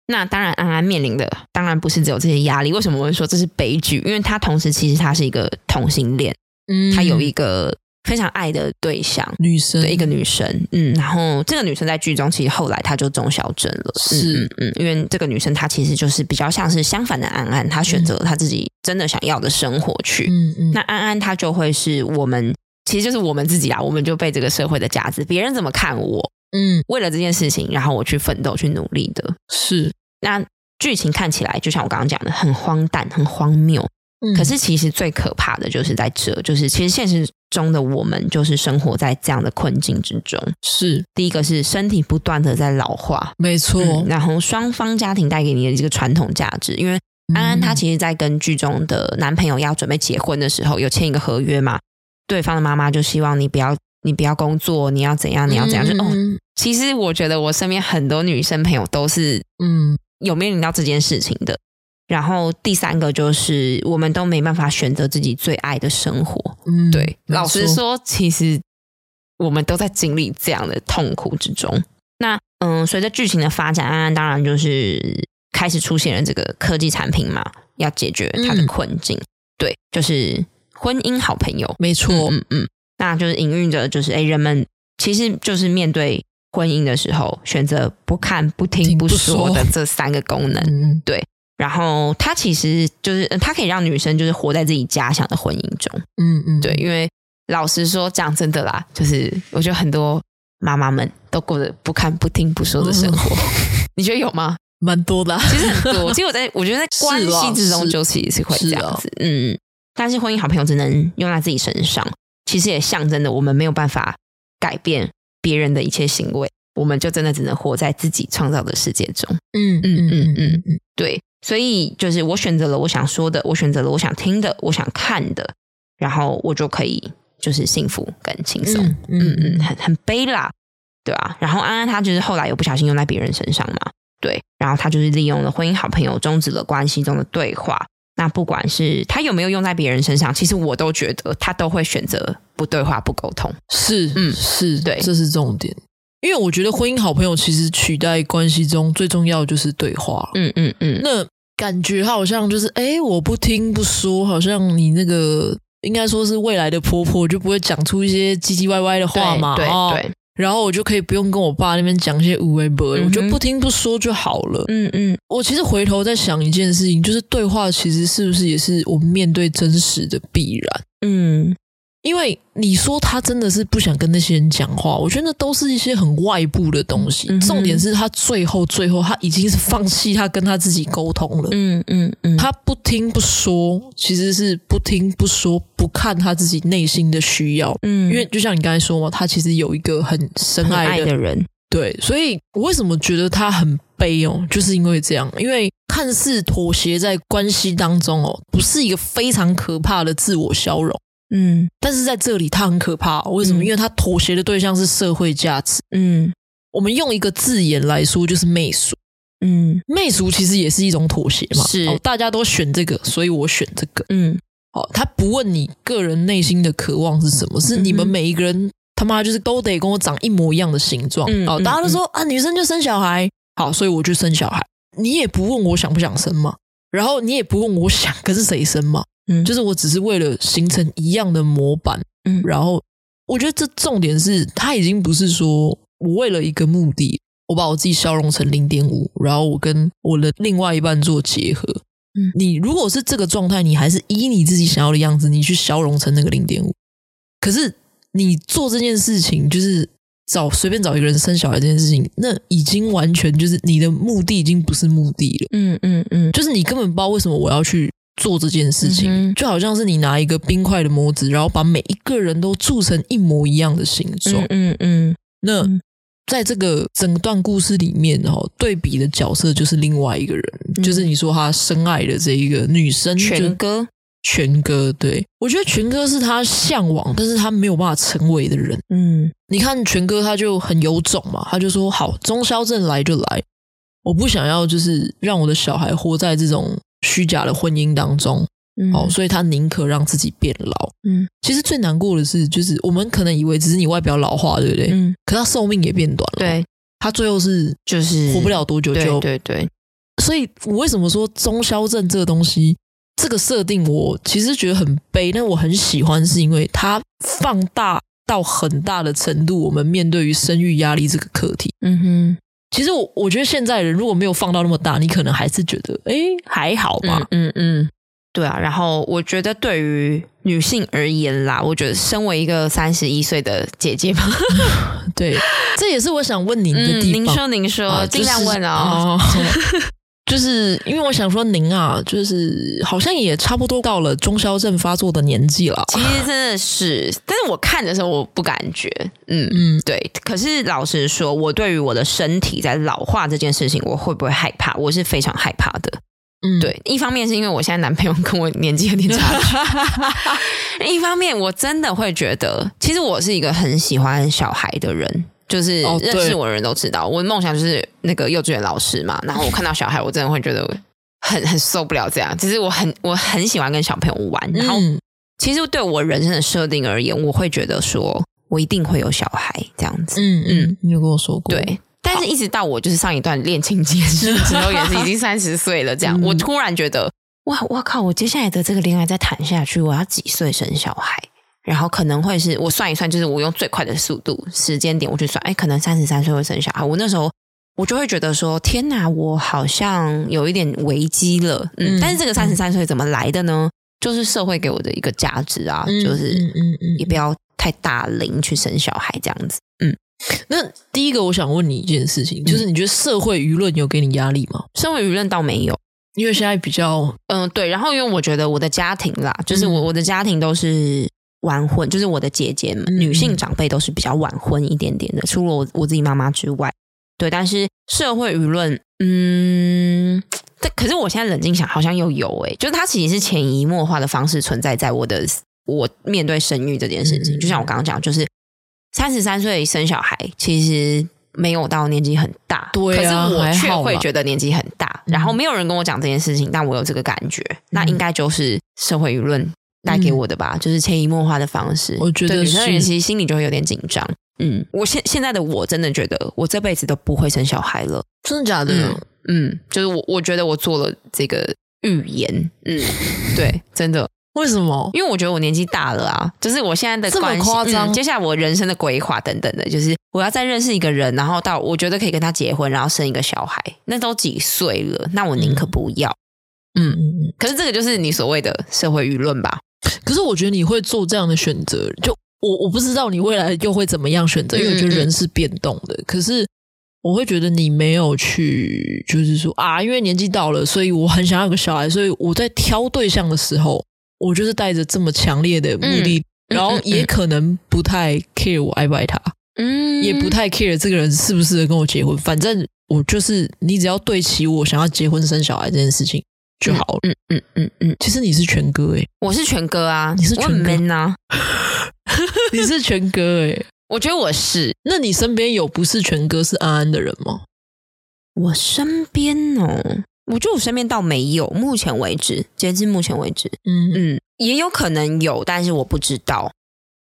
那当然，安安面临的当然不是只有这些压力。为什么我会说这是悲剧？因为他同时其实他是一个同性恋，嗯，他有一个非常爱的对象。女生对一个女生，嗯，然后这个女生在剧中其实后来她就中小症了，是嗯嗯嗯，因为这个女生她其实就是比较像是相反的安安，她选择了她自己真的想要的生活去。嗯嗯，那安安她就会是我们，其实就是我们自己啦，我们就被这个社会的价值，别人怎么看我，嗯为了这件事情，然后我去奋斗去努力的。是，那剧情看起来就像我刚刚讲的，很荒诞，很荒谬，嗯可是其实最可怕的就是在这，就是其实现实中的我们就是生活在这样的困境之中。是第一个是身体不断的在老化，没错，嗯，然后双方家庭带给你的这个传统价值，因为安安她嗯其实，在跟剧中的男朋友要准备结婚的时候，有签一个合约嘛，对方的妈妈就希望你不要。你不要工作，你要怎样？你要怎样？就哦，嗯其实我觉得我身边很多女生朋友都是嗯有面临到这件事情的。然后第三个就是，我们都没办法选择自己最爱的生活。嗯，对，没老实错，说，其实我们都在经历这样的痛苦之中。那嗯，随着剧情的发展，安安当然就是开始出现了这个科技产品嘛，要解决他的嗯困境。对，就是婚姻好朋友。没错，嗯嗯，嗯那就是隐喻着就是哎、诶人们其实就是面对婚姻的时候，选择不看、不听、听不不说说的这三个功 能。嗯然后它其实就是呃它可以让女生就是活在自己假想的婚姻中。嗯嗯，对，因为老实说，讲真的啦，就是我觉得很多妈妈们都过着不看、不听、不说的生活。嗯 你觉得有 吗？蛮多的啊，其实很多，其实我在我觉得在关是系啊之中是就其实是会这是样啊子，嗯。但是婚姻好朋友只能用在自己身上，其实也象征着我们没有办法改变别人的一切行为，我们就真的只能活在自己创造的世界中。嗯嗯嗯嗯嗯嗯，对。所以就是我选择了我想说的，我选择了我想听的，我想看的，然后我就可以就是幸福跟轻松。嗯嗯嗯，嗯很很悲啦，对啊。然后安安她就是后来又不小心用在别人身上嘛，对。然后她就是利用了婚姻好朋友终止了关系中的对话。那不管是她有没有用在别人身上，其实我都觉得她都会选择不对话、不沟通。是，嗯嗯，是对这是重点。因为我觉得婚姻好朋友其实取代关系中最重要的就是对话。嗯嗯嗯，那感觉好像就是，哎，我不听不说，好像你那个应该说是未来的婆婆就不会讲出一些唧唧歪歪的话对嘛，对哦对，然后我就可以不用跟我爸那边讲一些无为不为，我就嗯哼不听不说就好了。嗯嗯，我其实回头在想一件事情，就是对话其实是不是也是我们面对真实的必然？嗯，因为你说他真的是不想跟那些人讲话，我觉得那都是一些很外部的东西。嗯哼重点是他最后最后他已经是放弃他跟他自己沟通了，嗯嗯嗯，他不听不说，其实是不听不说，不看他自己内心的需要。嗯，因为就像你刚才说嘛，他其实有一个很深很爱爱的的人，对，所以我为什么觉得他很悲哦，就是因为这样，因为看似妥协在关系当中哦，不是一个非常可怕的自我消融，嗯但是在这里他很可怕哦、为什么？嗯因为他妥协的对象是社会价值。嗯我们用一个字眼来说，就是媚俗。嗯媚俗其实也是一种妥协嘛，是哦，大家都选这个，所以我选这个。嗯哦，他不问你个人内心的渴望是什么，是你们嗯哼每一个人他妈就是都得跟我长一模一样的形状。嗯哦，嗯大家都说、啊，女生就生小孩，好，所以我就生小孩。你也不问我想不想生嘛，然后你也不问我想跟谁生嘛，嗯，就是我只是为了形成一样的模板。嗯然后我觉得这重点是，他已经不是说我为了一个目的，我把我自己消融成零点五，然后我跟我的另外一半做结合。嗯你如果是这个状态，你还是依你自己想要的样子，你去消融成那个零点五。可是你做这件事情，就是找随便找一个人生小孩这件事情，那已经完全就是你的目的已经不是目的了。嗯嗯嗯就是你根本不知道为什么我要去做这件事情，嗯哼就好像是你拿一个冰块的模子，然后把每一个人都铸成一模一样的形状。嗯嗯嗯那、嗯在这个整段故事里面，哦，对比的角色就是另外一个人，嗯就是你说他深爱的这一个女生，就全哥，全哥。对我觉得全哥是他向往，但是他没有办法成为的人。嗯你看全哥他就很有种嘛，他就说好，中消症来就来，我不想要就是让我的小孩活在这种虚假的婚姻当中，嗯哦，所以他宁可让自己变老。嗯其实最难过的是，就是我们可能以为只是你外表老化，对不对？嗯，可他寿命也变短了，，对，他最后是就是活不了多久就。对对对，所以我为什么说中消症这个东西，这个设定我其实觉得很悲，但我很喜欢，是因为它放大到很大的程度，我们面对于生育压力这个课题。嗯哼，其实我我觉得现在人如果没有放到那么大，你可能还是觉得哎还好吧。嗯嗯嗯，对啊。然后我觉得对于女性而言啦，我觉得身为一个三十一岁的姐 姐吧，对，这也是我想嗯问您的地您方。说您说，啊尽量问哦。 就是哦就是因为我想说，您啊，就是好像也差不多到了中消症发作的年纪了。其实真的是，但是我看的时候我不感觉，嗯，嗯，对。可是老实说，我对于我的身体在老化这件事情，我会不会害怕？我是非常害怕的。嗯，对，一方面是因为我现在男朋友跟我年纪有点 差距，一方面我真的会觉得，其实我是一个很喜欢小孩的人。就是哦对认识我的人都知道，我的梦想就是那个幼稚园老师嘛。然后我看到小孩，我真的会觉得很很受不了这样。其实我很我很喜欢跟小朋友玩，然后嗯其实对我人生的设定而言，我会觉得说我一定会有小孩这样子。嗯嗯，你有跟我说过，对，但是一直到我就是上一段恋情结束之后，也是已经三十岁了，这样、 嗯我突然觉得，哇，我靠，我接下来的这个恋爱再谈下去，我要几岁生小孩？然后可能会是我算一算，就是我用最快的速度时间点我去算，哎，可能三十三岁会生小孩。我那时候我就会觉得说，天哪，我好像有一点危机了。嗯，嗯但是这个三十三岁怎么来的呢？就是社会给我的一个价值啊，嗯，就是嗯嗯嗯也不要太大龄去生小孩这样子。那第一个，我想问你一件事情，就是你觉得社会舆论有给你压力吗？身为舆论倒没有，因为现在比较，嗯，对。然后因为我觉得我的家庭啦，就是我、嗯我的家庭都是晚婚，就是我的姐姐们、嗯女性长辈都是比较晚婚一点点的，除了我我自己妈妈之外，对。但是社会舆论，嗯，但可是我现在冷静想，好像又有诶、就是它其实是潜移默化的方式存在在我的我面对生育这件事情。嗯就像我刚刚讲，就是三十三岁生小孩，其实。没有到年纪很大，对啊可是我还却好会啦觉得年纪很大。嗯然后没有人跟我讲这件事情，但我有这个感觉，那应该就是社会舆论带给我的吧，就是潜移默化的方式。嗯我觉得对女生而言是其实心里就会有点紧张。嗯，我现现在的我真的觉得我这辈子都不会生小孩了。真的假的？嗯嗯，就是我我觉得我做了这个预言。 嗯，对，真的，为什么？因为我觉得我年纪大了啊，就是我现在的这么关系夸张嗯接下来我人生的规划等等的，就是我要再认识一个人，然后到我觉得可以跟他结婚，然后生一个小孩，那都几岁了，那我宁可不要。嗯嗯嗯，可是这个就是你所谓的社会舆论吧？可是我觉得你会做这样的选择，就我我不知道你未来又会怎么样选择，嗯因为我觉得人是变动的。可是我会觉得你没有去，就是说啊，因为年纪到了，所以我很想要有个小孩，所以我在挑对象的时候，我就是带着这么强烈的目的，嗯然后也可能不太 care 我爱不爱他，嗯也不太 care 这个人适不适合跟我结婚，反正我就是你只要对齐我想要结婚生小孩这件事情就好了。嗯嗯嗯嗯，其实你是全哥欸诶、我是全哥啊，你是我很全哥 man 啊，你是全哥欸诶、我觉得我是，那你身边有不是全哥是安安的人吗？我身边哦，我觉得我身边倒没有，目前为止，截至目前为止，嗯嗯，嗯，也有可能有，但是我不知道。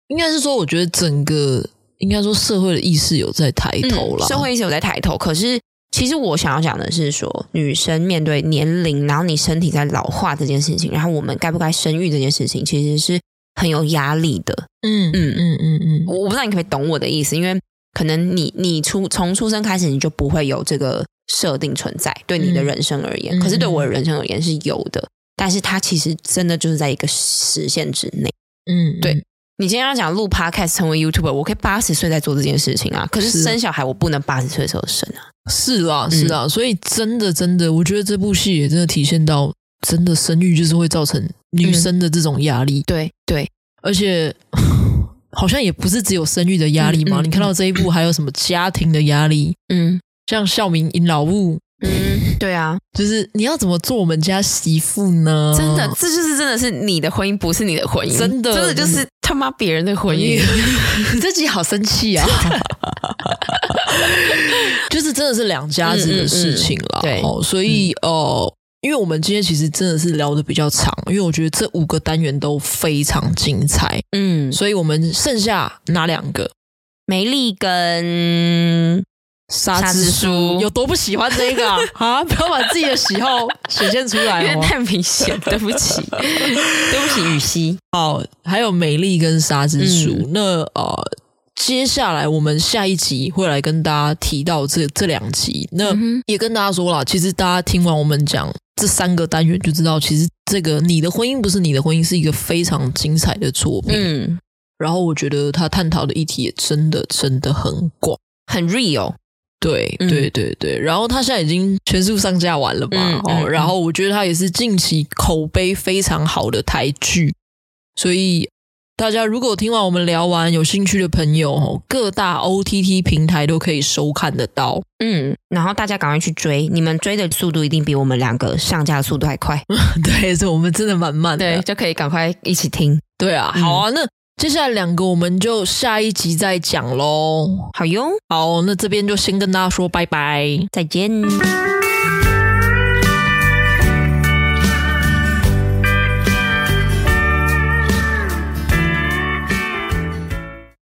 应该是说，我觉得整个应该说社会的意识有在抬头啦。嗯社会一直有在抬头，可是其实我想要讲的是说，女生面对年龄，然后你身体在老化这件事情，然后我们该不该生育这件事情，其实是很有压力的。嗯嗯嗯嗯嗯我我不知道你可不可以懂我的意思，因为可能你你出从出生开始你就不会有这个设定存在，对你的嗯人生而言，嗯可是对我的人生而言是有的，但是它其实真的就是在一个时限之内。嗯，对你今天要讲录 podcast 成为 YouTuber，我可以八十岁再做这件事情啊，可是是生小孩我不能八十岁的时候生啊。是啦是啦。所以真的真的，我觉得这部戏也真的体现到，真的生育就是会造成女生的这种压力，对对，而且 好像也不是只有生育的压力嘛。嗯嗯你看到这一部还有什么家庭的压力，嗯像孝明引老物。嗯，对啊，就是你要怎么做我们家媳妇呢？真的，这就是真的是你的婚姻，不是你的婚姻，真的嗯真的就是他妈别人的婚姻。 你这集好生气 啊！就是真的是两家子的事情啦，嗯嗯嗯对嗯哦，所以呃，因为我们今天其实真的是聊的比较长，因为我觉得这五个单元都非常精彩，嗯，所以我们剩下哪两个？梅丽跟沙之书有多不喜欢这个啊？啊不要把自己的喜好显现出因来为哦。太明显，对不 起，对不起，雨熙。还有美丽跟沙之书。嗯那呃，接下来我们下一集会来跟大家提到这这两集。那、嗯哼也跟大家说啦，其实大家听完我们讲这三个单元，就知道其实这个你的婚姻不是你的婚姻是一个非常精彩的作品。嗯，然后我觉得他探讨的议题也真的真的很广。很 real。对、嗯对对对，然后他现在已经全数上架完了嘛，嗯哦，嗯然后我觉得他也是近期口碑非常好的台剧，所以大家如果听完我们聊完有兴趣的朋友，哦，各大 OTT 平台都可以收看得到。 嗯，然后大家赶快去追，你们追的速度一定比我们两个上架的速度还快。对，所以我们真的蛮慢的，就可以赶快一起听。对啊，嗯好啊，那接下来两个我们就下一集再讲喽。好哟，好，那这边就先跟大家说拜拜。再见。